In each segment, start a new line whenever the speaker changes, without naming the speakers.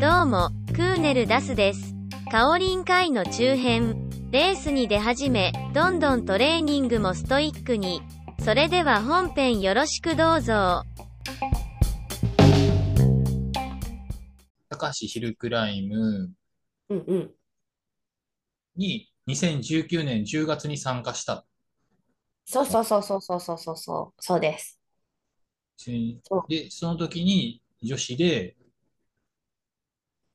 どうも、クーネルダスです。カオリン会の中編。レースに出始め、どんどんトレーニングもストイックに。それでは本編よろしくどうぞ。
高橋ヒルクライム
うんうん。
に2019年10月に参加した。
そうそうそうそうそうそうそうそう。そうです。そう
で、その時に女子で、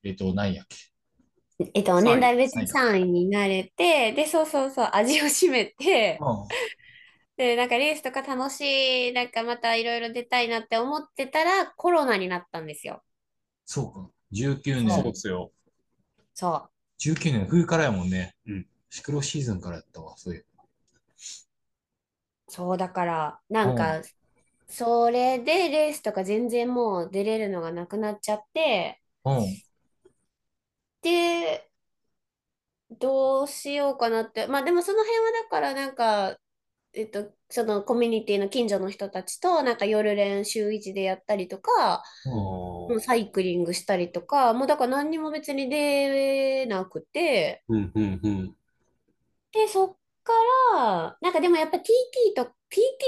えっと、何やっけ。
えっと、
三位
年代別3位になれて、で、そうそうそう、味を占めて、で、なんかレースとか楽しい、なんかまたいろいろ出たいなって思ってたら、コロナになったんですよ。
そうか。19年。
そう
ですよ。
そ
19年、冬からやもんね。
うん。
シクロシーズンからやったわ、そういう。
う、そうだから、なん
う
か、それでレースとか全然もう出れるのがなくなっちゃって、
うん。
で、どうしようかなって。まあでもその辺はだからなんか、えっと、そのコミュニティの近所の人たちとなんか夜練週一でやったりとか、もうサイクリングしたりとか、もうだから何にも別に出なくて、
うんうんうん。
で、そっから、なんかでもやっぱ TT と、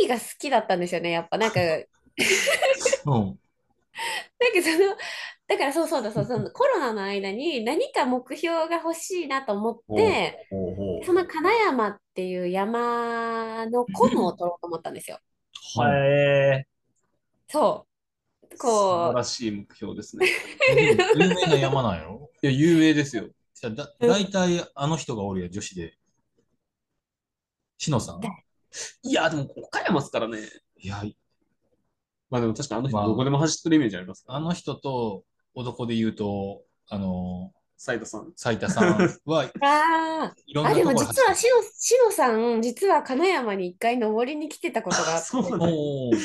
PT が好きだったんですよね、やっ ぱなんか、なんか
うん。
その、だからそうそうだ、そう、そのコロナの間に何か目標が欲しいなと思って、
ほうほ
その金山っていう山のコムを取ろうと思ったんですよ。
う。へえ。
そう。
素晴
こ
らしい目標です ね。
有名な山なんやろ
いや、有名ですよ。
じゃあだ、大体あの人がおるやん、女子で。しのさん。
だ
いや、でも岡山っすからね。
いや、
まあでも確かあの人
まあ
どこでも走ってるイメージありますか
あの人と男で言うと、あの、
斉藤さん。
斉田さんは
う。あ
いろん
あ。
な
あ、
と
で
こ
も
ろ走
実はしの、しのさん、実は金山に一回登りに来てたこと があって。
そうなんだ
おお。
そ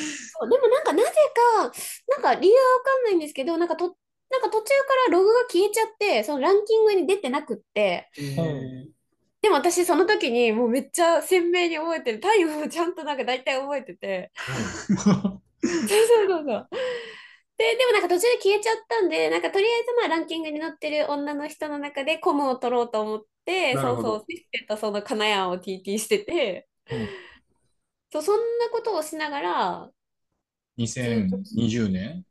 うでもなんかなぜか、なんか理由はわかんないんですけど、なんかと、なんか途中からログが消えちゃって、そのランキングに出てなくって、
うん
でも私その時にもうめっちゃ鮮明に覚えてる。タイムもちゃんとなんか大体覚えてて。そうそうそう。で、でもなんか途中で消えちゃったんで、なんかとりあえずまあランキングに載ってる女の人の中でコムを取ろうと思って、
な
そ
る
う
ほ
そ
ど。
う、せっせとその金谷を TT してて、
うん
そう、そんなことをしながら、
2020年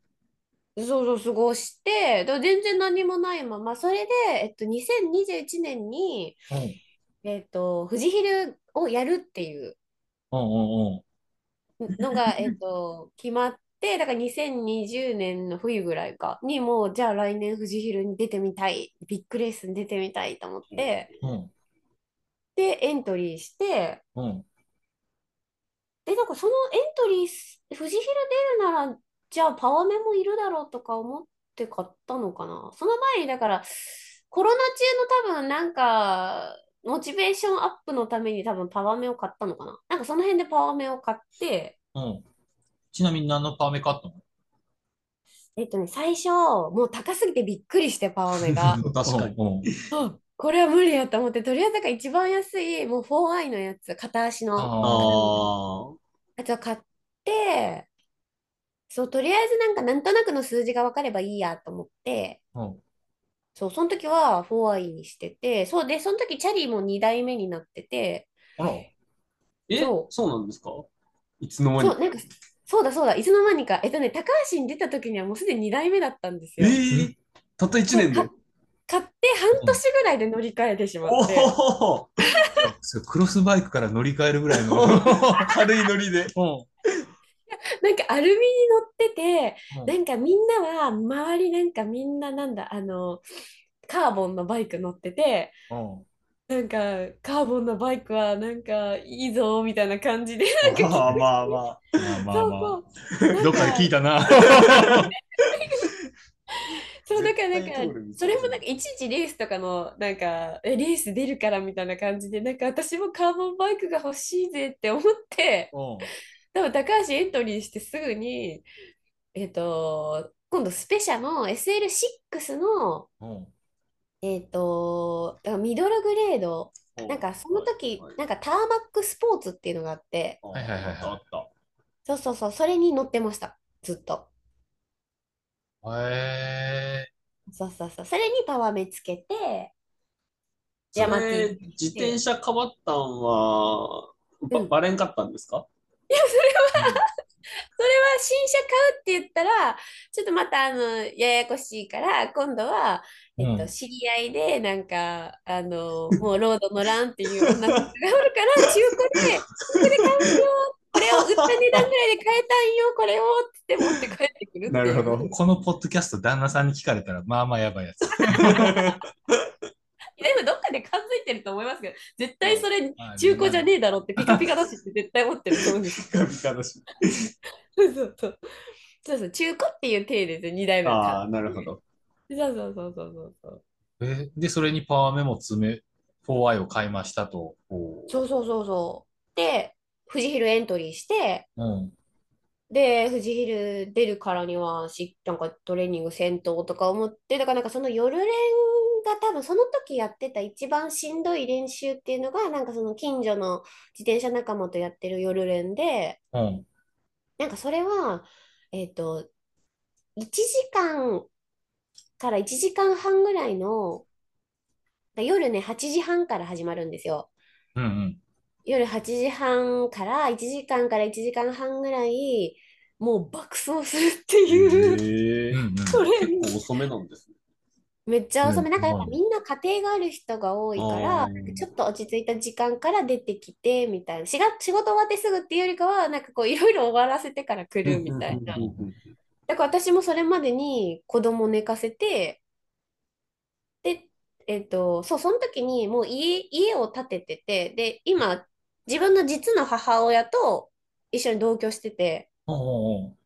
そうそう、過ごして、で全然何もないまま、それで、えっと、2021年に、
うん
えっと、富士ヒルをやるっていう
うんうんうん。
の が、えっと、決まって、だから2020年の冬ぐらいかにもう、じゃあ来年富士ヒルに出てみたい、ビッグレースに出てみたいと思って、
うん
で、エントリーして、
うん。
で、なんかそのエントリーす、富士ヒル出るなら、じゃあパワメもいるだろうとか思って買ったのかな。その前に、だから、コロナ中の多分なんか、モチベーションアップのために多分パワメを買ったのかな。なんかその辺でパワメを買って、
うん。ちなみに何のパーメ買ったの
えっとね、最初、もう高すぎてびっくりして、パワメが
確
確
か
か
に
に。
うん
あこれは無理やと思って、とりあえずだから一番安い、もう 4i のやつ、片足の
ああ。
あ
やつを買って、そう、とりあえずなんかなんとなくの数字が分かればいいやと思って、
うん
そう、その時は 4i にしてて、そうで、その時チャリも2台目になってて、
あら、
ー。え、
そう
そうなんですかいつの間に
そう、なんか、そうだそうだ、いつの間にか、えっとね、高橋に出た時にはもうすでに2台目だったんです
え
よ。
ーたった1年で
そう。買って半年ぐらいで乗り換えてしま
お
って。
お
そうクロスバイクから乗り換えるぐらいの。うん。
軽いノリで。
なんかアルミに乗ってて、
うん
なんかみんなは周りなんかみんななんだあのカーボンのバイク乗ってて
うん
なんかカーボンのバイクはなんかいいぞみたいな感じでなんか
まあまあまあ。
まあまあ
そう
ま
そうな
あ。
ん
どっかで聞いたな。
そうだからなん
絶対通
か
るみた
そ
いな
れもなんかいちいちレースとかのなんかえレース出るからみたいな感じでなんか私もカーボンバイクが欲しいぜって思って
うん
多分高橋エントリーしてすぐにえっと今度スペシャの SL6 の
うん
えっと、だからミドルグレード、なんかその時、
はい
なんかターマックスポーツっていうのがあって、
はい
はいはいはい
あったあった。
そうそうそう、それに乗ってました、ずっと。
へえ。
そうそうそう。それにパワー目つけて、
それ
山手行って
自転車かばったんは、ば
うん
バレんかったんですか
それは新車買うって言ったら、ちょっとまたあのややこしいから、今度は、えっと
うん
知り合いで、なんか、あの、もうロード乗らんっていう女の子がおる から、中古で、これで買うよ、これを売った値段ぐらいで買えたんよ、これをって持って帰ってくるっていう。
なるほど
このポッドキャスト、旦那さんに聞かれたら、まあまあやばいやつ。
でもどっかで感づいてると思いますけど、絶対それ
あ
中古じゃねえだろってピカピカだしって絶対思ってると思うんです
ピカピカだし。
そうそうそう。そうそう、中古っていう体で2代目を買 う
ああ、なるほど。
そうそうそうそうそうそう。
えで、それにパワーメモ詰め、4i を買いましたと。おー
そうそうそうそう。で、富士ヒルエントリーして、
うん。
で、富士ヒル出るからにはし、なんかトレーニング戦闘とか思って、だからなんかその夜練が多分その時やってた一番しんどい練習っていうのが、なんかその近所の自転車仲間とやってる夜練で、
うん。
なんかそれは、えっと、1時間から1時間半ぐらいの、夜ね、8時半から始まるんですよ。
うんうん。
夜8時半から1時間から1時間半ぐらい、もう爆走するっていう、
うん
へえ
う。ん。
それ、
結構遅めなんですね。
めっちゃ遅め。
うん
なんかやっぱ
うん
みんな家庭がある人が多いから
あ、ー
ちょっと落ち着いた時間から出てきて、みたいな。しが仕事終わってすぐっていうよりかは、なんかこう、いろいろ終わらせてから来るみたいな。
うんうんうんうん
だから私もそれまでに子供寝かせて、で、えっと、そう、その時にもう家、家を建ててて、で、今、自分の実の母親と一緒に同居してて、
おうおう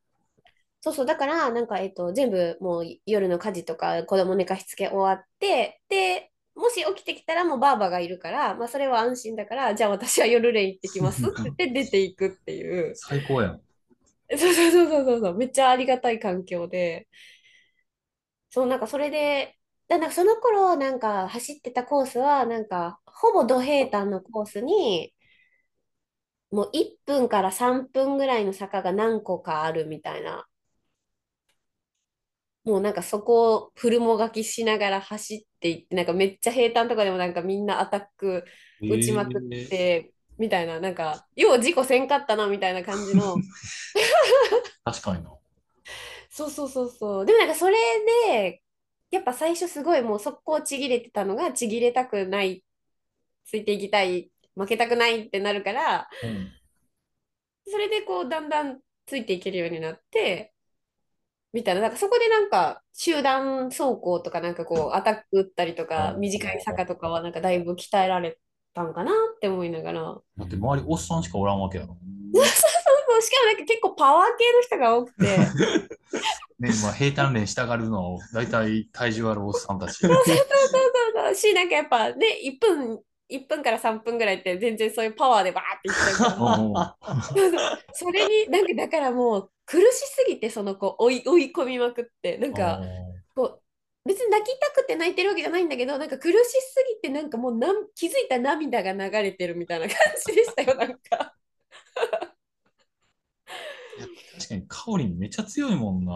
そうそう、だから、なんか、えっと、全部もう夜の家事とか子供寝かしつけ終わって、で、もし起きてきたらもうばあばがいるから、まあそれは安心だから、じゃあ私は夜練行ってきますって言って出ていくっていう。
最高やん。
そうそうそうそうそうそう、めっちゃありがたい環境で、そう、なんかそれで、だなんかその頃なんか走ってたコースは、なんかほぼド平坦のコースに、もう1分から3分ぐらいの坂が何個かあるみたいな、もうなんかそこを古もがきしながら走っていって、なんかめっちゃ平坦とかでもなんかみんなアタック 打ちまくっ
へえ
て、みたいな、なんか、よう事故せんかったなみたいな感じの。
確かにな。
そうそうそうそう。でもなんかそれで、やっぱ最初すごいもう速攻ちぎれてたのが、ちぎれたくない、ついていきたい、負けたくないってなるから、
うん。
それでこうだんだんついていけるようになって、みたいな、なんかそこでなんか集団走行とかなんかこうアタック打ったりとか、短い坂とかはなんかだいぶ鍛えられたんかなって思いながら。そう
だって周りおっさんしかおらんわけやろ。
そう、しかもなんか結構パワー系の人が多くて。
ね、まあ平坦連したがるのは大体体重あるおっさんたち。
そうそうそうし、なんかやっぱね、1分、一分から3分ぐらいって全然そういうパワーでバーっていっちゃうから、
うんうん
そうそうそれに、なんかだからもう苦しすぎて、その子追い、追い込みまくって、なんかこう、別に泣きたくて泣いてるわけじゃないんだけど、なんか苦しすぎて、なんかもうなん気づいたら涙が流れてるみたいな感じでしたよ、なんか。
確かに、カオリンめっちゃ強いもんな。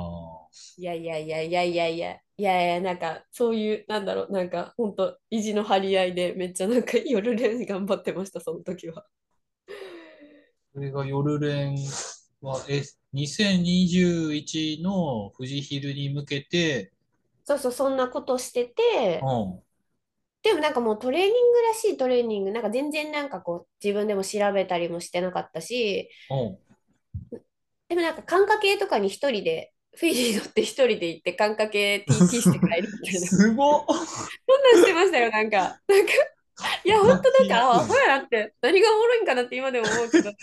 いやいやいやいやいやいや、いやいや、なんかそういう、なんだろう、なんか本当意地の張り合いで、めっちゃなんか夜練習頑張ってました、その時は。
それが夜練は、え、2021の富士ヒルに向けて、
そうそう、そんなことしてて、
うん。
でもなんかもうトレーニングらしいトレーニング、なんか全然なんかこう自分でも調べたりもしてなかったし、
うん。
でもなんか感化系とかに一人で、フェリー乗って一人で行って感化系 TT して帰るみた いな。そん
すごっ
なんしてましたよ、なん か。なんか、いや、ほんとなんか、あ、アホ
お
やなって、何がおもろいんかなって今でも思うけど。と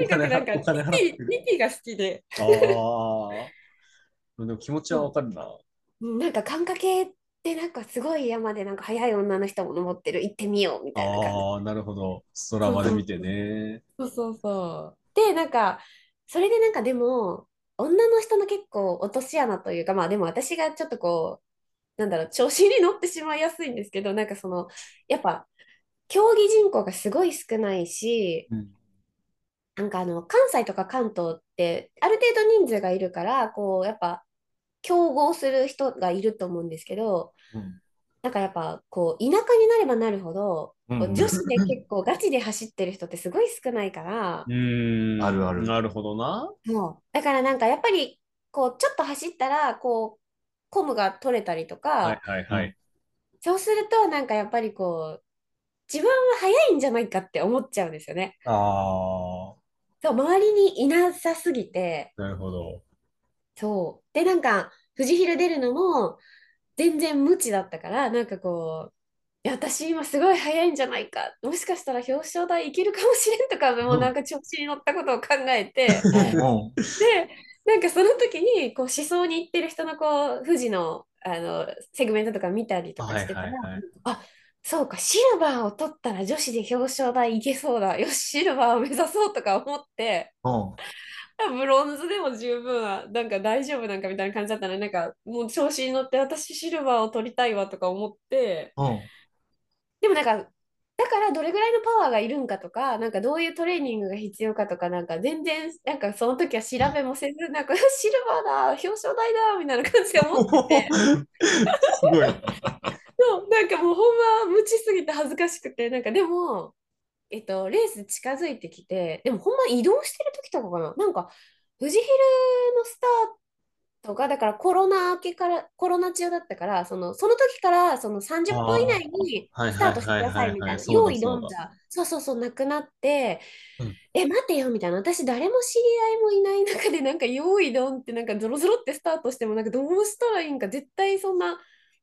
にかくなんか、
お金払ってる
TT ニキが好きで、
ああ。でも気持ちはわかるな。
うんなんか感化系ってなんかすごい山でなんか速い女の人も登ってる、行ってみようみたいな感じ。
ああ、なるほど。ストラバで見てね。
そうそうそう。で、なんか、それでなんかでも、女の人の結構落とし穴というか、まあでも私がちょっとこう、なんだろう、調子に乗ってしまいやすいんですけど、なんかその、やっぱ、競技人口がすごい少ないし、
うん
なんかあの、関西とか関東って、ある程度人数がいるから、こう、やっぱ、競合する人がいると思うんですけど、
うん
なんかやっぱ、こう、田舎になればなるほど、
う
こうん女子で結構ガチで走ってる人ってすごい少ないから、
うん。
あるある
なるほどな。
もう、だからなんかやっぱり、こう、ちょっと走ったら、こう、コムが取れたりと
はい
か、
はいはい。
そうすると、なんかやっぱりこう、自分は速いんじゃないかって思っちゃうんですよね。
あ
そう、周りにいなさすぎて、
あ、なるほど。
そう。で、なんか、富士ヒル出るのも、全然無知だったから、なんかこう、いや、私今すごい速いんじゃないか、もしかしたら表彰台いけるかもしれんとか、もうなんか調子に乗ったことを考えて、
うん
で、なんかその時に、こう、思想に行ってる人の、こう、富士の、あの、セグメントとか見たりとか
は
し
い
てた
は
ら
い、 はい。
そうか、シルバーを取ったら女子で表彰台いけそうだ。よし、シルバーを目指そうとか思って、
うん
あブロンズでも十分は、なんか大丈夫なんかみたいな感じだったら、なんかもう調子に乗って私シルバーを取りたいわとか思って、
うん
でもなんか、だからどれぐらいのパワーがいるんかとか、なんかどういうトレーニングが必要かとか、なんか全然、なんかその時は調べもせず、なんかシルバーだ、表彰台だ、みたいな感じで思ってて。
すごい。
そう、なんかもうほんま無知すぎて恥ずかしくて、なんかでも、えっと、レース近づいてきて、でもほんま移動してる時とかかな、なんか、富士ヒルのスタートが、だからコロナ明けから、コロナ中だったから、その、その時から、その30分以内に
はい
スタ
はい
ートしてくださいみたいな、
はいはい
用
はい
意
そ
ど
うんだ
じゃ、そうそうそう、なくなって
うん、
え、待てよみたいな、私、誰も知り合いもいない中で、なんか、用意どんって、なんか、ゾロゾロってスタートしても、なんか、どうしたらいいんか、絶対そんな、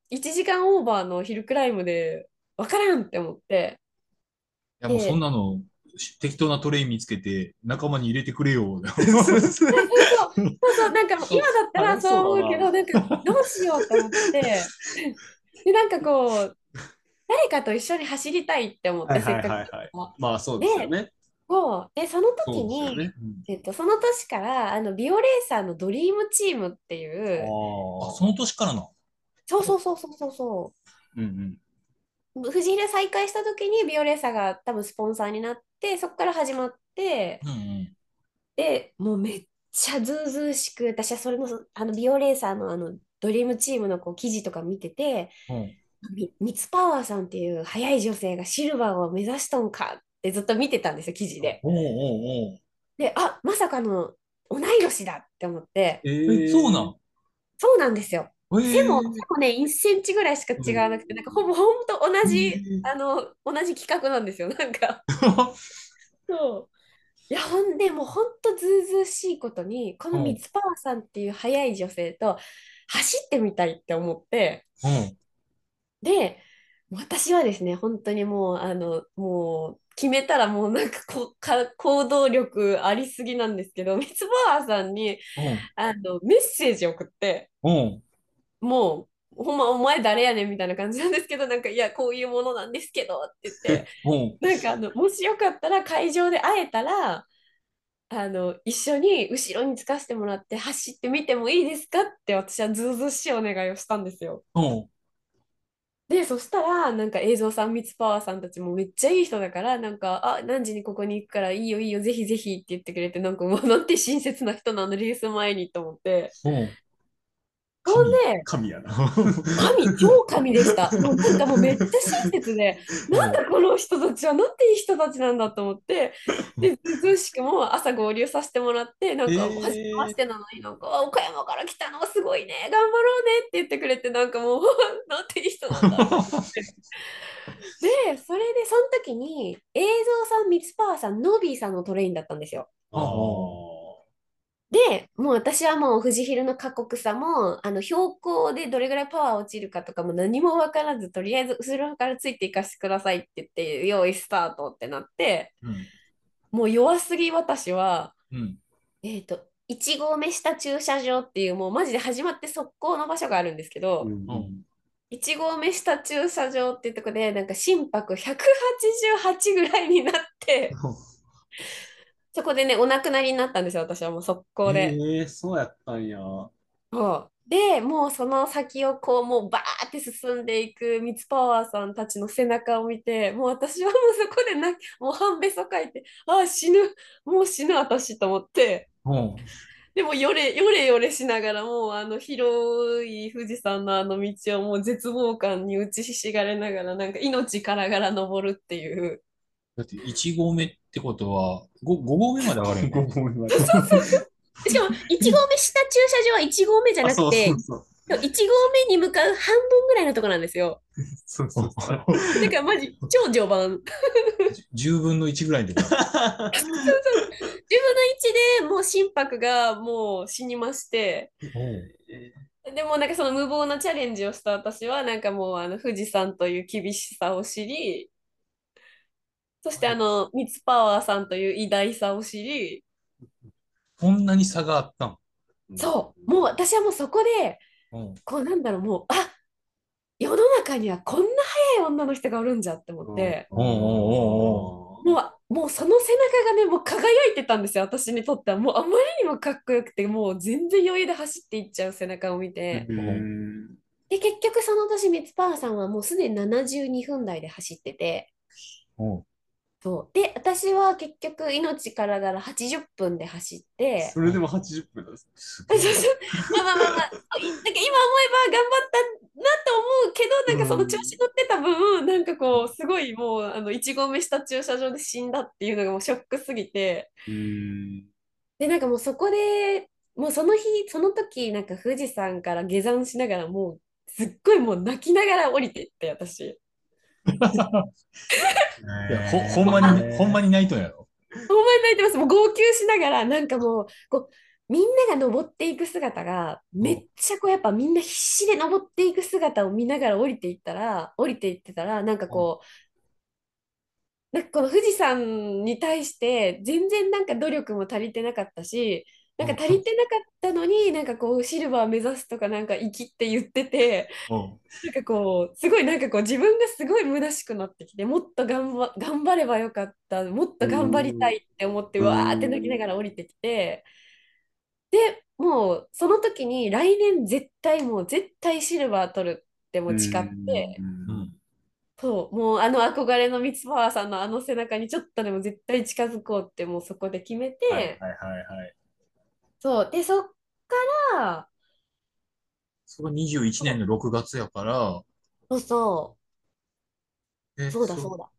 1時間オーバーのヒルクライムで分からんって思って
いやもう
で
そんなのし適当なトレイ見つけて仲間に入れてくれよ。
そうそうそうそうなんかも う
そう
今だったらそう思うけどなんかどうしようって思ってでなんかこ う誰かと一緒に走りたいって思っ
は
て
いは
せ
い
っかく
はいはい。まあそうですよね。
こうでその時
そうですよ
に、
ね。
えっと、その年からあのビオレーサーのドリームチームってい
あ
う
あ、
あ。
その年からな。
そうそうそうそうそうそう
うんうん。
フジヒル再開した時にビオレーサーが多分スポンサーになってそこから始まって
うんうん。
で、もうめっちゃずうずうしく、私はそれの、あの、美容レーサーの、あの、ドリームチームのこう記事とか見てて、
うん
みミツパワーさんっていう速い女性がシルバーを目指しとんかってずっと見てたんですよ、記事で。
おうおうおう
で、あ、まさかの同い年だって思って、
え
え、そうなん
そうなんですよ。
えー
背も、背もね、1センチぐらいしか違わなくて、なんかほぼほんと同じ
うん、
あの、同じ企画なんですよ、なんか。 そう。いや、ほんで、もうほんとずうずうしいことに、この
うん
ミツパワさんっていう速い女性と走ってみたいって思って、
うん
で、もう私はですね、本当にもう、あの、もう、決めたらもうなんかこか行動力ありすぎなんですけど、ミツパワさんにあのメッセージ送って、
うんうん
もう、ほんまお前誰やねんみたいな感じなんですけど、なんか、いや、こういうものなんですけどって言って、
うん
なんかあの、もしよかったら会場で会えたら、あの、一緒に後ろにつかせてもらって走ってみてもいいですかって私はずうずうしいお願いをしたんですよ。
うん
で、そしたら、なんか映像さん、ミツパワーさんたちもめっちゃいい人だから、なんか、あ、何時にここに行くからいいよいいよ、ぜひぜひって言ってくれて、なんか、うわなんて親切な人なんだ、レース前にと思って。
うん
ほんで、
神やな。
神、超神でした。もうなんかもうめっちゃ親切で、なんだこの人たちは、なんていい人たちなんだと思って、で、ずうずうしくも朝合流させてもらって、なんか、
え
は
ー
じめましてなのになんか、あ岡山から来たのすごいね、頑張ろうねって言ってくれて、なんかもう、 なんていい人なんだと思って。で、それで、その時に、映像さん、ミツパワさん、ノービーさんのトレインだったんですよ。
ああ。
で、もう私はもう富士ヒルの過酷さも、あの標高でどれぐらいパワー落ちるかとかも何も分からず、とりあえず後ろからついていかせてくださいって言って、用意スタートってなって、
うん
もう弱すぎ私は、
うん
えっと、1合目下駐車場っていう、もうマジで始まって速攻の場所があるんですけど、
うん
う
うん
ん
1合目下駐車場っていうとこで、なんか心拍188ぐらいに なって、そこでね、お亡くなりになったんですよ、私はもう速攻で。
ええ、そうやったんや。
そうで、もうその先をこう、もうバーって進んでいくミツパワーさんたちの背中を見て、もう私はもうそこで泣き、もう半べそかいて、ああ、死ぬ、もう死ぬ私と思って、
うん。
でもよれよれよれしながら、もうあの広い富士山のあの道をもう絶望感に打ちひしがれながら、なんか命からがら登るっていう。
だって1合目ってことは、5, 合目まで上が るよね。
ごめんな
しかも、1合目下駐車場は1合目じゃ
あ
な
そ
く
う
て、
そうそう。
1合目に向かう半分ぐらいのとこなんで すよ。
そうそうそう。
だからマジ、超序盤。
10分の1ぐらいで。
自分の位置でもう心拍がもう死にましてでもなんかその無謀なチャレンジをした私はなんかもうあの富士山という厳しさを知りそしてあのミツパワーさんという偉大さを知り
こんなに差があったん。
そうもう私はもうそこで
うん
こうなんだろうもうあ世の中にはこんな速い女の人がおるんじゃって思って、
うんうんうん
もうもうその背中がねもう輝いてたんですよ私にとってはもうあまりにもかっこよくてもう全然余裕で走っていっちゃう背中を見て。
うん
で、結局その年、ミツパワーさんはもうすでに72分台で走ってて、
うん
そう。で、私は結局、命からがら80分で走って、
それでも80分なんです。
す
ま
ご
あ
い
まあまあまあ、そういなんか今思えば頑張ったなと思うけど、なんかその調子乗ってた分、なんかこう、すごいもう、あの、1合目した駐車場で死んだっていうのがもうショックすぎて、
うん。
で、なんかもうそこで、もうその日、その時、なんか富士山から下山しながら、もう、すっごいもう泣きながら降りてって、私。
いやほほんまに、ほんまにないとんやろ。
ほんまに泣いてます。もう号泣しながら、なんかもう、こう、みんなが登っていく姿が、めっちゃこう、やっぱみんな必死で登っていく姿を見ながら降りていったら、降りていってたら、なんかこう、なんかこの富士山に対して、全然なんか努力も足りてなかったし、なんか足りてなかったのに、なんかこう、シルバー目指すとかなんか生きって言ってて、
うん
なんかこうすごいなんかこう自分がすごい虚しくなってきてもっと頑張頑張ればよかったもっと頑張りたいって思って
うん
わーって泣きながら降りてきてでもうその時に来年絶対もう絶対シルバー取るってもう誓って
うん
そうもうあの憧れのミツパワーさんのあの背中にちょっとでも絶対近づこうってもうそこで決めて。
はいはいはいはい。
そうでそっから
そこ21年の6月やから、
そうそう
え
そうだそうだ。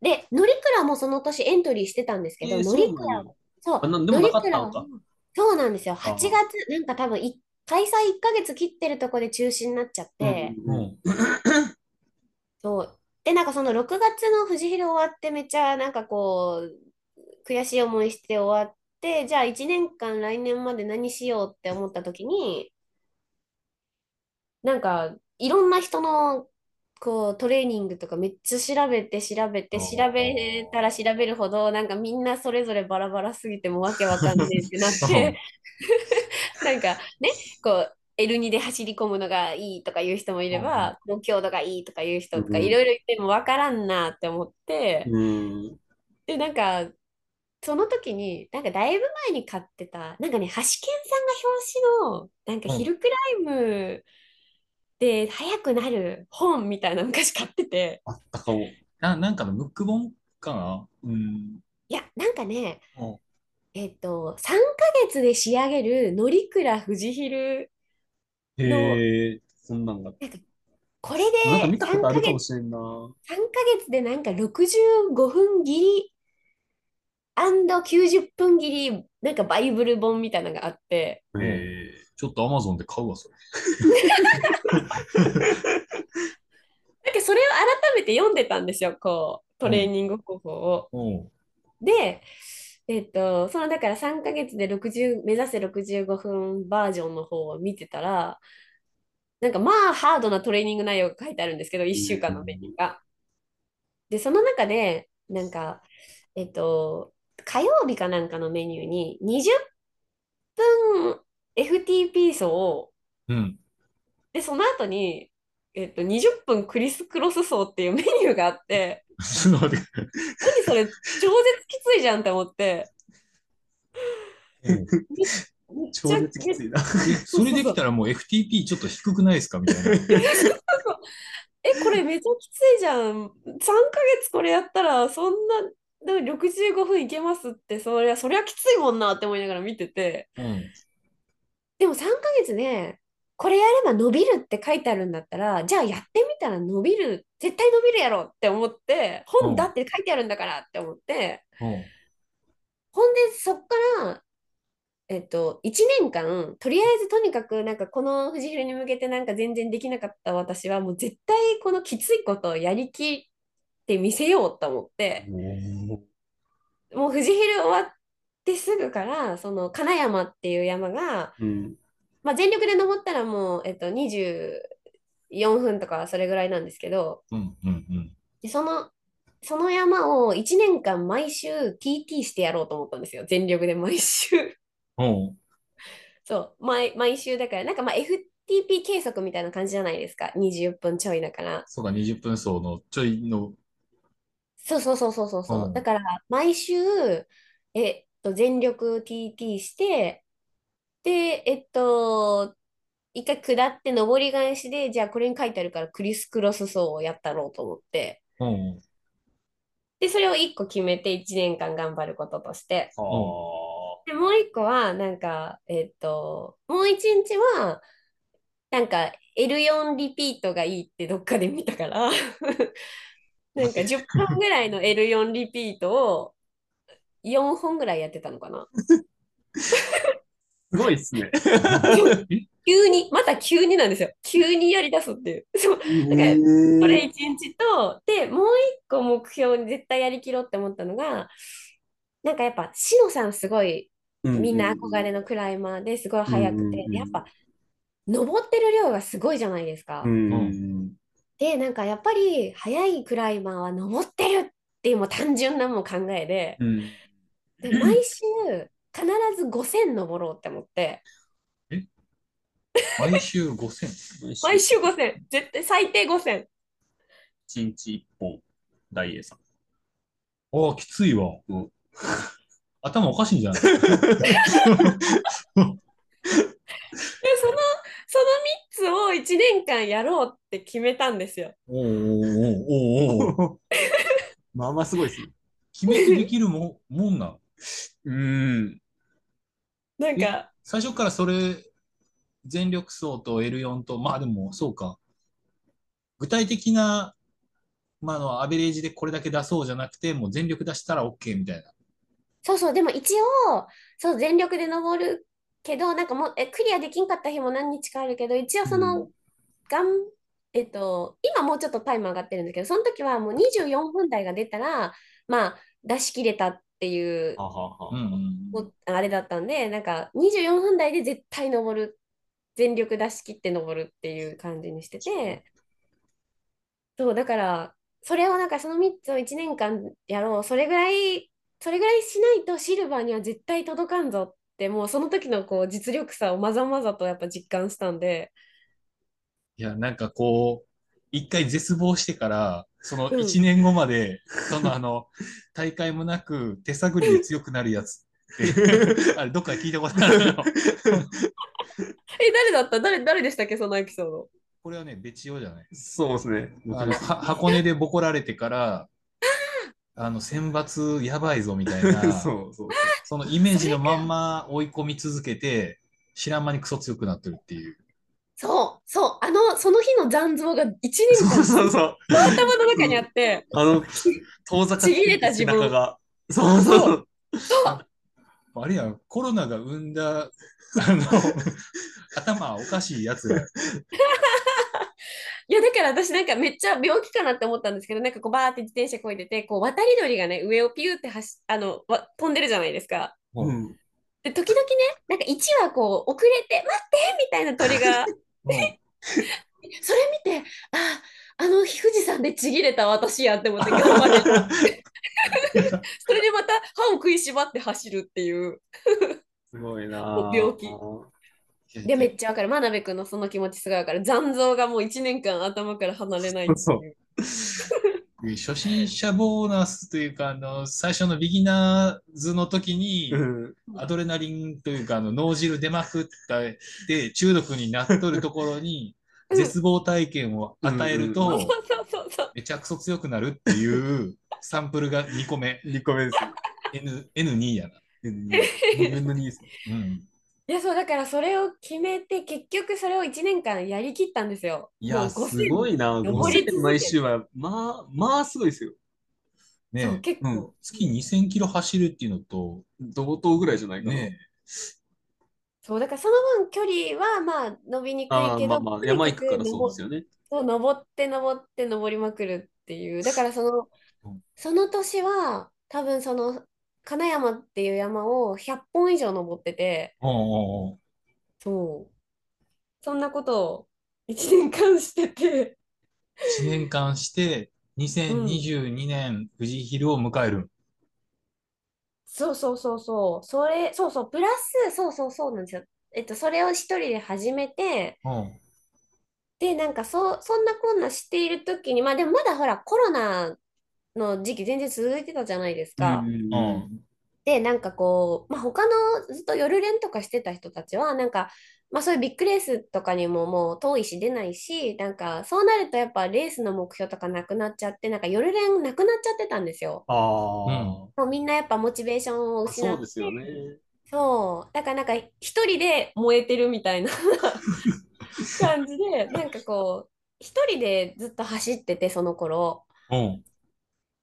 で、乗鞍もその年エントリーしてたんですけど、
えー
乗
そう
鞍
なんや
も、そう、
あな
乗
んでもなかった
鞍
のか
もそうなんですよ。8
あ
月、なんか多分い、開催1ヶ月切ってるとこで中止になっちゃって、
う
うん
ん。
そう。で、なんかその6月の藤広終わってめちゃ、なんかこう、悔しい思いして終わって、じゃあ1年間来年まで何しようって思った時に、なんか、いろんな人の、こう、トレーニングとかめっちゃ調べて調べて、
あー
調べたら調べるほど、なんかみんなそれぞれバラバラすぎてもうわけわかんねえってなって、 なんかね、こう、L2 で走り込むのがいいとか言う人もいれば、高強度がいいとか言う人とか、
うん
いろいろ言っても分からんなって思って、
うん。
で、なんか、その時に、なんかだいぶ前に買ってた、なんかね、橋健さんが表紙の、なんか
うん
ヒルクライムで速くなる本みたいなの昔買ってて、
あったかも。
ななんかのムック本かなうん。
いや、なんかね
うん、
えっと、3ヶ月で仕上げる乗鞍富士ヒル、
へえ、そんなんが。
これ
なん
で
か見たことあ
3
る
ヶ
か
月
もしれんな。
3ヶ月でなんか65分切り &90 分切りなんかバイブル本みたいなのがあって
ええちょっとアマゾンで買うわ、それ。
なんかそれを改めて読んでたんですよこうトレーニング方法を。
うん。
で、えっと、そのだから3ヶ月で60目指せ65分バージョンの方を見てたらなんかまあハードなトレーニング内容が書いてあるんですけど1週間のメニューが。でその中でなんかえっと火曜日かなんかのメニューに20分 FTP 走を
うん。
でその後に、えっと、20分クリスクロス走っていうメニューがあって
ちょっと待って。
何それ超絶きついじゃんって思って。
うん
3っ
超
ちゃ
絶きついな。
えそれできたらもう FTP ちょっと低くないですかみたいな。
え、これめっちゃきついじゃん。3ヶ月これやったら、そんな、でも65分いけますって、そりゃ、そりゃきついもんなって思いながら見てて。
うん。
でも3ヶ月ね、これやれば伸びるって書いてあるんだったら、じゃあやってみたら伸びる、絶対伸びるやろって思って、
うん
本だって書いてあるんだからって思って、
うん
ほんでそっから、えっと、1年間、とりあえずとにかく、なんかこのフジフィルに向けてなんか全然できなかった私は、もう絶対このきついことをやりきってみせようと思って、もうフジフィル終わってすぐから、その金山っていう山が、
うん。
まあ、全力で登ったらもう、えっと、24分とかそれぐらいなんですけど、
うんうんうん。
でその、その山を1年間毎週 TT してやろうと思ったんですよ。全力で毎週。
うん
そう、毎、毎週だから、なんかまあ FTP 計測みたいな感じじゃないですか。20分ちょいだから。
そうか、20分走のちょいの。
そうそうそうそうそうそう。
うん
だから、毎週、えっと、全力 TT して、で、えっと、一回下って上り返しで、じゃあこれに書いてあるからクリスクロス走をやったろうと思って、
うん。
で、それを一個決めて1年間頑張ることとして、
ああ。
で、もう一個は、なんか、えっと、もう一日は、なんか、L4 リピートがいいってどっかで見 たから、なんか10本ぐらいの L4 リピートを4本ぐらいやってたのかな。
すごいっすね。
急に、また急になんですよ。急にやり出すっていう。そう、こ
え
れ
ー
一日と、で、もう一個目標に絶対やりきろうって思ったのが、なんかやっぱ、しのさんすごい、みんな憧れのクライマーですごい速
うんう
く
ん
て
う、ん
でやっぱ登ってる量がすごいじゃないですか
う。ん。
で、なんかやっぱり速いクライマーは登ってるっていうもう単純なもう考えで、
うん。
で毎週必ず5000登ろうって思って、
毎週5000。
毎週5000、絶対最低5000。
一日一本、ダイエーさん。
ああ、きついわ。
うん
頭おかしいんじゃない
で、その、その3つを1年間やろうって決めたんですよ。
おうおうおうおうおう
まあまあすごいっすね。
決めてできるもんもんなん。
うん。
なんか、
最初からそれ、全力走と L4 と、まあでも、そうか。具体的な、まあ、あの、アベレージでこれだけ出そうじゃなくて、もう全力出したら OK みたいな。
そうそう、でも一応、そう、全力で登るけど、なんかもう、え、クリアできんかった日も何日かあるけど、一応その、がん、えっと、今もうちょっとタイム上がってるんだけど、その時はもう24分台が出たら、まあ、出し切れたっていう、
ははは
うんうん
もうあれだったんで、なんか24分台で絶対登る、全力出し切って登るっていう感じにしてて、そう、だから、それをなんかその3つを1年間やろう、それぐらい、それぐらいしないとシルバーには絶対届かんぞって、もうその時のこう実力差をまざまざとやっぱ実感したんで、
いや、なんかこう、一回絶望してから、その一年後まで、そのあの、大会もなく、手探りで強くなるやつって、あれ、どっかで聞いたことあるの。
え、誰だった誰、誰でしたっけ、そのエピソード。
これはね、別用じゃない。
そうですね。
あ のは箱根でボコられてから、あの、選抜やばいぞみたいな、そ
そうそう。
のイメージのまんま追い込み続けて、知らん間にクソ強くなってるっていう。
そう、そう、あの、その日の残像が1年
そう
間、
そうそう。
頭の中にあって、
あの、遠ざかって
ちぎれた自分
背中が。そうそうそう。
あれやん、コロナが生んだ、あ の、頭おかしいやつや。
いやだから私なんかめっちゃ病気かなって思ったんですけどなんかこうバーって自転車こいでてこう渡り鳥がね上をピューって走あのわ飛んでるじゃないですか。
うん。
で時々ねなんか1羽こう遅れて「待って!」みたいな鳥がそれ見てああの日富士山でちぎれた私やって思って頑張ってそれでまた歯を食いしばって走るっていう。
すごいなぁ。
病気
うん
でめっちゃわかる真鍋君のその気持ちすごいわかる残像がもう1年間頭から離れないっていう
そう
で初心者ボーナスというか、あの、最初のビギナーズの時に、
うん。
アドレナリンというか、あの、脳汁出まくったで、中毒になっとるところに、
うん
絶望体験を与えると、
うん
そうそうそうそう。
めちゃくそ強くなるっていうサンプルが2個目。
2個目で す。
N、N2 やな。
2分の2です。
うん。
いや、そう、だからそれを決めて、結局それを1年間やりきったんですよ。
いや
もう
す
す
5000
ごいな。
登り続け
5000
る
毎週は、まあ、まあすごいですよ。
ね
そう結構
うん月2000キロ走るっていうのと、
同等ぐらいじゃないかな。
ね
そう、だからその分距離はまあ伸びにくい
ああ、
け
まあ
ど、
ま
と
あ、
に
山行
か
くからそうで
登
すよね。
そう登って登って登りまくるっていう。だからその
うん、
その年は多分その金山っていう山を100本以上登ってて、
おうおうおう
そう。そんなことを1年間してて、
1年間して、2022年、富士ヒルを迎える。
そうそうそうそう、それ、そうそう、プラス、そうそうそうなんですよ。えっと、それを一人で始めて、
うん。
で、なんかそ、そんなこんなしているときに、まあでもまだほら、コロナの時期全然続いてたじゃないですか。
うん
うん。
で、なんかこう、まあ、他のずっと夜練とかしてた人たちは、なんか、まあ、そういうビッグレースとかにももう遠いし出ないし、なんかそうなるとやっぱレースの目標とかなくなっちゃって、なんか夜練なくなっちゃってたんですよ。
あ
もうみんなやっぱモチベーションを
あ、
失
そう
っ
ですよね。
そう、だからなんか一人で燃えてるみたいな感じで、なんかこう、一人でずっと走ってて、その頃。
うん。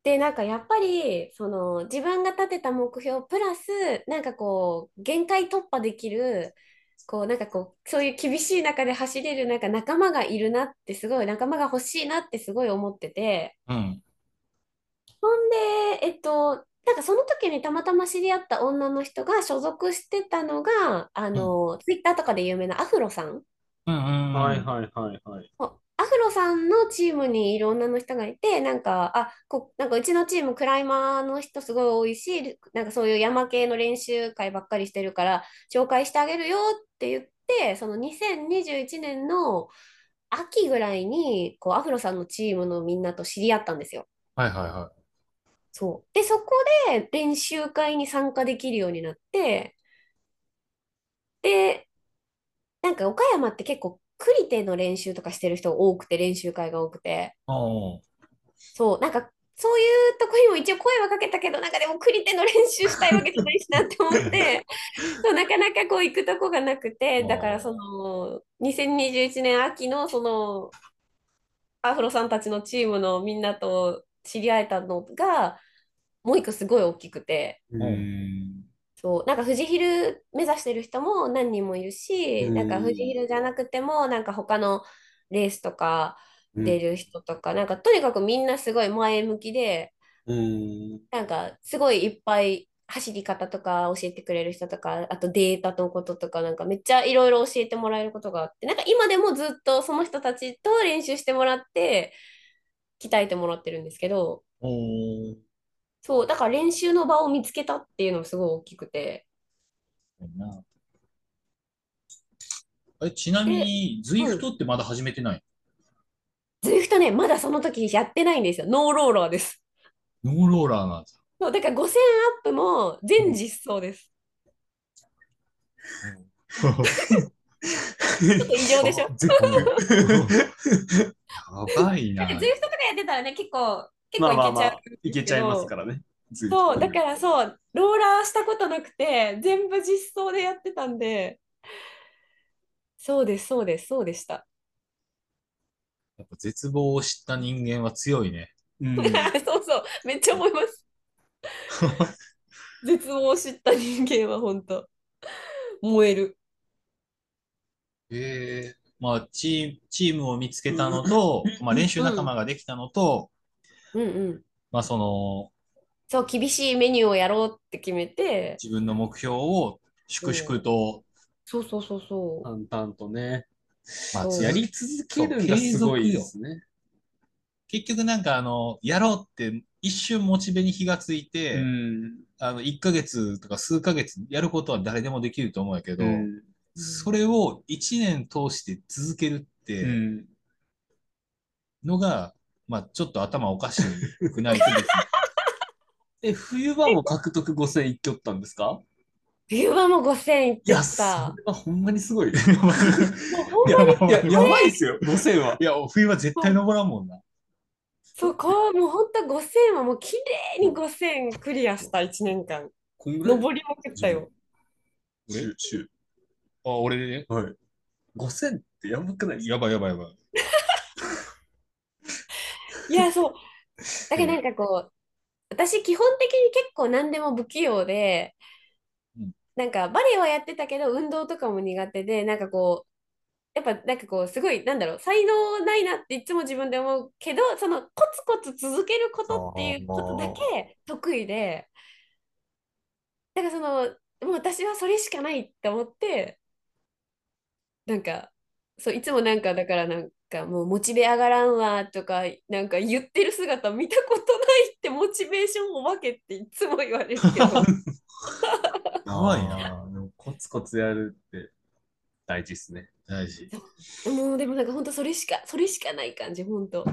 で、なんかやっぱり、その自分が立てた目標プラス、なんかこう、限界突破できる、こう、なんかこう、そういう厳しい中で走れる、なんか仲間がいるなってすごい、仲間が欲しいなってすごい思ってて、
うん。
ほんで、えっと、なんかその時にたまたま知り合った女の人が所属してたのが、あの、ツイッターとかで有名なアフロさん。
うんうんうん。
はいはいはいはい。
アフロさんのチームにいる女の人がいて、なんか、あ、こ、なんかうちのチームクライマーの人すごい多いし、なんかそういう山系の練習会ばっかりしてるから、紹介してあげるよって言って、その2021年の秋ぐらいに、こう、アフロさんのチームのみんなと知り合ったんですよ。
はいはいは
そう。で、そこで練習会に参加できるようになって、で、なんか岡山って結構栗手の練習とかしてる人多くて、練習会が多くて、
い。おう
そう、なんかそういうとこにも一応声はかけたけど、なんかでも栗手の練習したいわけじゃないしなって思って、 そう、なかなかこう行くとこがなくて、だからその2021年秋のそのアフロさんたちのチームのみんなと知り合えたのが、もう一個すごい大きくて、
おう。うん。
そう、なんか富士ヒル目指してる人も何人もいるし、
うん
なんか富士ヒルじゃなくても、なんか他のレースとか
うん
出る人とか、なんかとにかくみんなすごい前向きで、
うん。
なんかすごいいっぱい走り方とか教えてくれる人とか、あとデータのこととか、なんかめっちゃいろいろ教えてもらえることがあって、なんか今でもずっとその人たちと練習してもらって、鍛えてもらってるんですけど、
おう
そう、だから練習の場を見つけたっていうのもすごい大きくて。
なえちなみに、ズイフトってまだ始めてない。
ズイフトね、まだその時やってないんですよ。ノーローラーです。
ノーローラーなんです
そう、だから5000アップも全実装です。ちょっと異常でし ょ
絶 やばい
だ
な
って。ズイフトとかやってたらね、結構、結
ま
構
あ
い
まあま
けちゃう。
あ、いけちゃいますからね。ずっと
そう、だからそう、ローラーしたことなくて、全部実装でやってたんで、そうです、そうです、そうでした。
やっぱ絶望を知った人間は強いね。
うん。
そうそう、めっちゃ思い ます。絶望を知った人間は本当、燃える。
ええまあ、チーム、チームを見つけたのと、まあ、練習仲間ができたのと、
うんうん。
まあ、その、
そう、厳しいメニューをやろうって決めて、
自分の目標を粛々と、
そうそうそうそう。
淡々とね。
まあ、
そう
や
や
り、
り続けるんがすごいですね。
結局なんか、あの、やろうって、一瞬モチベに火がついて、
うん。
あの、1ヶ月とか数ヶ月やることは誰でもできると思うんやけど、
うん
それを1年通して続けるっ
う
て
ん。
のが、まあ、ちょっと頭おかしくなりそうです。
え、冬場も獲得5000行きよったんですか
冬場も5000いっ
い
て
や、
っ
そ
た。
れはほんまにす ごい。いや、
もうほんまに、
いや、いや
やばいっすよ、5000は。
いや冬は絶対登らんもんな。
そう、こう、もう本当5000はもう綺麗に5000クリアした1年間。
こんぐらい
登りまくったよ。
俺
週、週。
あ、俺ね。
はい。5000ってやばくないです
やば
か
いやばいやば い。
いや、そう。だけどなんかこう、私基本的に結構何でも不器用で
うん、
なんかバレエはやってたけど運動とかも苦手で、なんかこう、やっぱなんかこうすごいなんだろう才能ないなっていつも自分で思うけどそのコツコツ続けることっていうことだけ得意でだからそのもう私はそれしかないって思ってなんかそういつもなんかだからなんかもうモチベ上がらんわとかなんか言ってる姿見たことないってモチベーションお化けっていつも言われる けど
やばいな。
あーでもコツコツやるって大事っすね。
大事。
もうでもなんか本当それしかそれしかない感じ本当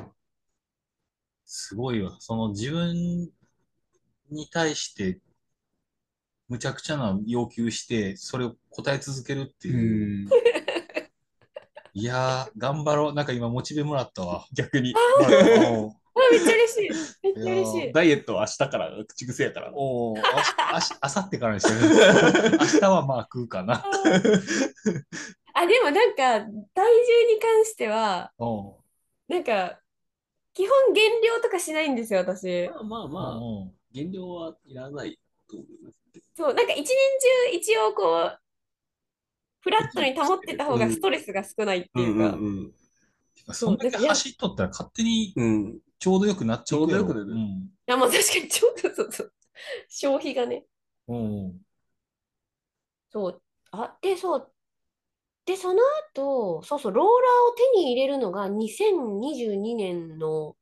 すごいわ。その自分に対して、むちゃくちゃな要求して、それを答え続けるっていう。
ん。
いやー、頑張ろう。なんか今、モチベもらったわ。
逆に。
おー
あめっちゃ嬉しいめっちゃ嬉しい
ダイエットは明日から、口癖やから。
おー、あし、あし、あさってからにしてる。明日はまあ食うかな。
あ、でもなんか体重に関しては、
おー
なんか基本減量とかしないんですよ、私。
まあまあまあ、
おー
減量はいらないと思いますけど。
そう、なんか一年中一応こう、フラットに保ってた方がストレスが少ないっていうか、
ん
てかそんだけ走っとったら勝手に
うん。うん。
ちょうどよくなっちゃう
ちょうどよくなる
うん。
あ、まあ確かにちょっとそうそう、消費がね。
おー
そう、あ、で、そう、で、その後、そうそう、ローラーを手に入れるのが2022年の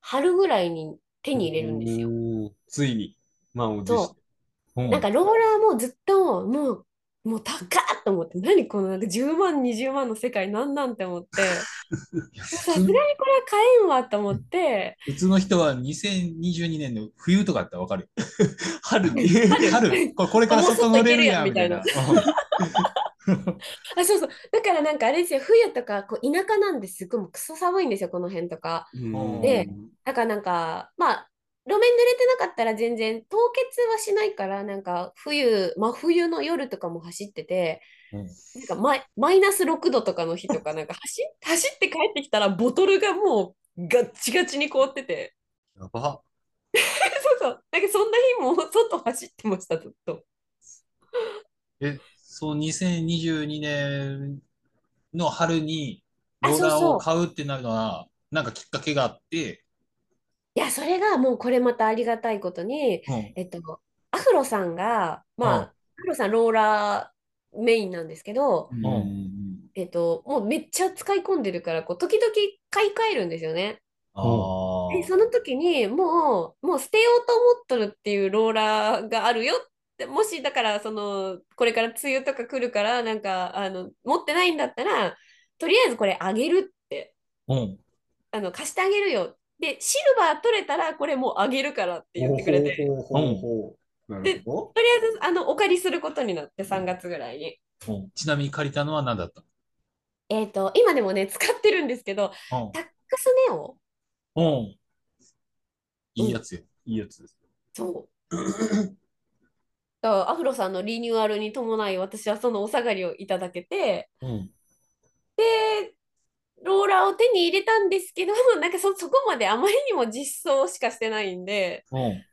春ぐらいに手に入れるんですよ。
よ。ついに、満を持
そう
して。
うん
なんかローラーもずっともう、もう高っと思って、何このなんか10万、20万の世界なんなんて思 って、
いや
さすがにこれは買えんわと思って、
普通の人は2022年の冬とかだったらわかるよ。
春に。
春、これこれから外乗れるやんみたいな
もう。あ、そうそう、だからなんかあれですよ、冬とかこう田舎なんですごいもうクソ寒いんですよ、この辺とか。
うん
で、だからなんか、まあ、路面濡れてなかったら全然凍結はしないから、なんか冬、真冬の夜とかも走ってて、
うん
なんかマイ、マイナス6度とかの日とか、なんか走、 走って帰ってきたらボトルがもうガッチガチに凍ってて、
やば。
そうそう、なんかそんな日も外走ってました、ずっと。
え、そう、2022年の春に
あ
ローラー
そうそう
を買うってなるのは、なんかきっかけがあって、
いや、それがもうこれまたありがたいことに、
うん
えっと、アフロさんが、まあ、
うん
アフロさんローラーメインなんですけど、
うんうん
えっと、もうめっちゃ使い込んでるから、こう、時々買い替えるんですよね。
ああ。
で、その時に、もう、もう捨てようと思っとるっていうローラーがあるよって、もし、だから、その、これから梅雨とか来るから、なんか、あの、持ってないんだったら、とりあえずこれあげるって、
うん。
あの、貸してあげるよ。で、シルバー取れたら、これもうあげるからって言ってくれて、
ほうほうほうほう。なるほ
とりあえず、あの、お借りすることになって、3月ぐらいに。
うんちなみに借りたのは何だった
えっと、今でもね、使ってるんですけど、
の
タックスネオ
うん。うん。いいやつよ。
ど。いいやつです。
そう。だからアフロさんのリニューアルに伴い私はそのお下がりをいただけて
うん。
ローラーを手に入れたんですけど なんかそ、そこまであまりにも実装しかしてないんで
うん。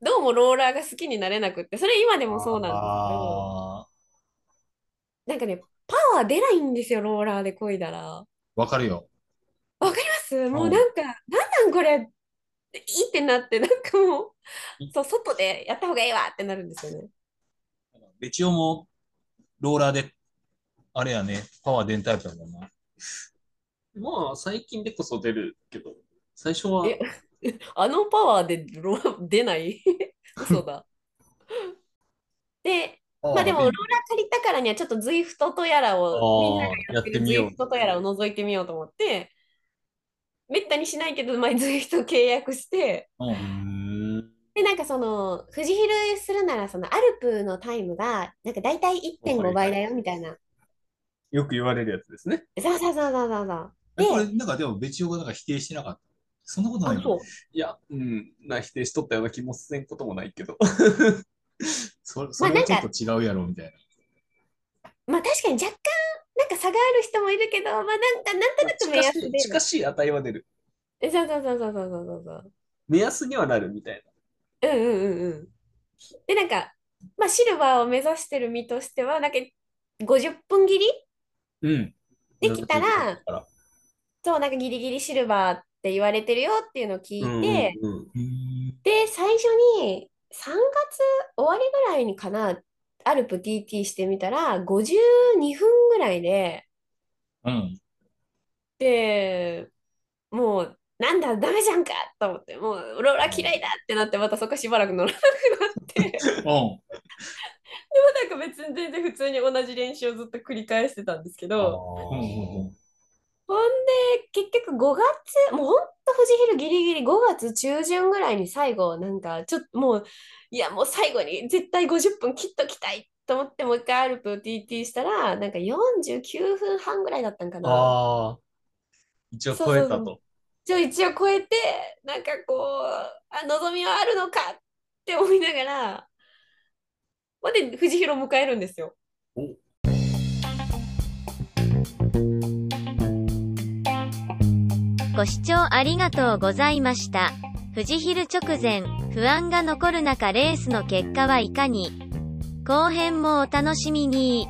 どうもローラーが好きになれなくってそれ今でもそうなん
あ
ですけどなんかねパワー出ないんですよローラーで漕いだら。わ
ー、わかるよ。
かりますもうなんかなんなんこれいいってなってなんかもうそう外でやった方がいいわってなるんですよね。
ベチオもローラーで、あれやね、パワー出んタイプだもんな。
まあ、最近でこそ出るけど、最初は
えあのパワーでロ 出ない嘘だ。で、まあでもローラー借りたからにはちょっと ZWIFT とやらをみんなが
あ
やってみよう。
ZWIFT とやらを覗いてみようと思って、めったにしないけど、まあ、ずっと契約して、
うん。
で、なんかその、富士ヒルするなら、そのアルプのタイムが、なんか大体1.5倍だよ、みたいな。
よく言われるやつですね。
そうそうそうそうそうそう。で
これ、なんかでも、別用がなんか否定してなかった。そんなことない
あ、
よね
そう。
いや、うん、な否定しとったような気もせんこともないけど。
そそれはちょっと違うやろ、みたいな。
まあ確かに若干、なんか差がある人もいるけど、まあなんか、なんとなく目
近
安
し
で
い、。近しい値は出る。
えそうそうそうそうそうそうそう。
目安にはなるみたい
うんうんうんうん。で、なんか、まあシルバーを目指してる身としては、なんか50分切り
うん。
できたら、
な。
そう、なんかギリギリシルバーって言われてるよっていうのを聞いて、
うんうんうん
うん
で、最初に3月終わりぐらいにかな、アルプ TT してみたら、52分ぐらいで、
うん。
で、もう、なんだ、ダメじゃんかと思って、もう、ローラー嫌いだってなって、またそこしばらく乗らなくなって、で
うん。
もなんか別に全然普通に同じ練習をずっと繰り返してたんですけ
あ
ど、
うん
ー
ほんで、結局5月、もうほんと富士ヒルギリギリ5月中旬ぐらいに最後、なんかちょっともう、いやもう最後に絶対50分切っときたいと思ってもう一回アルプを TT したら、なんか49分半ぐらいだったんかな。
あー。一応超えた
そうそう
と。
ちょ、一応超えて、なんかこう、あ、望みはあるのかって思いながら、ほんで富士ヒルを迎えるんですよ。
ご視聴ありがとうございました。富士ヒル直前、不安が残る中レースの結果はいかに後編もお楽しみに。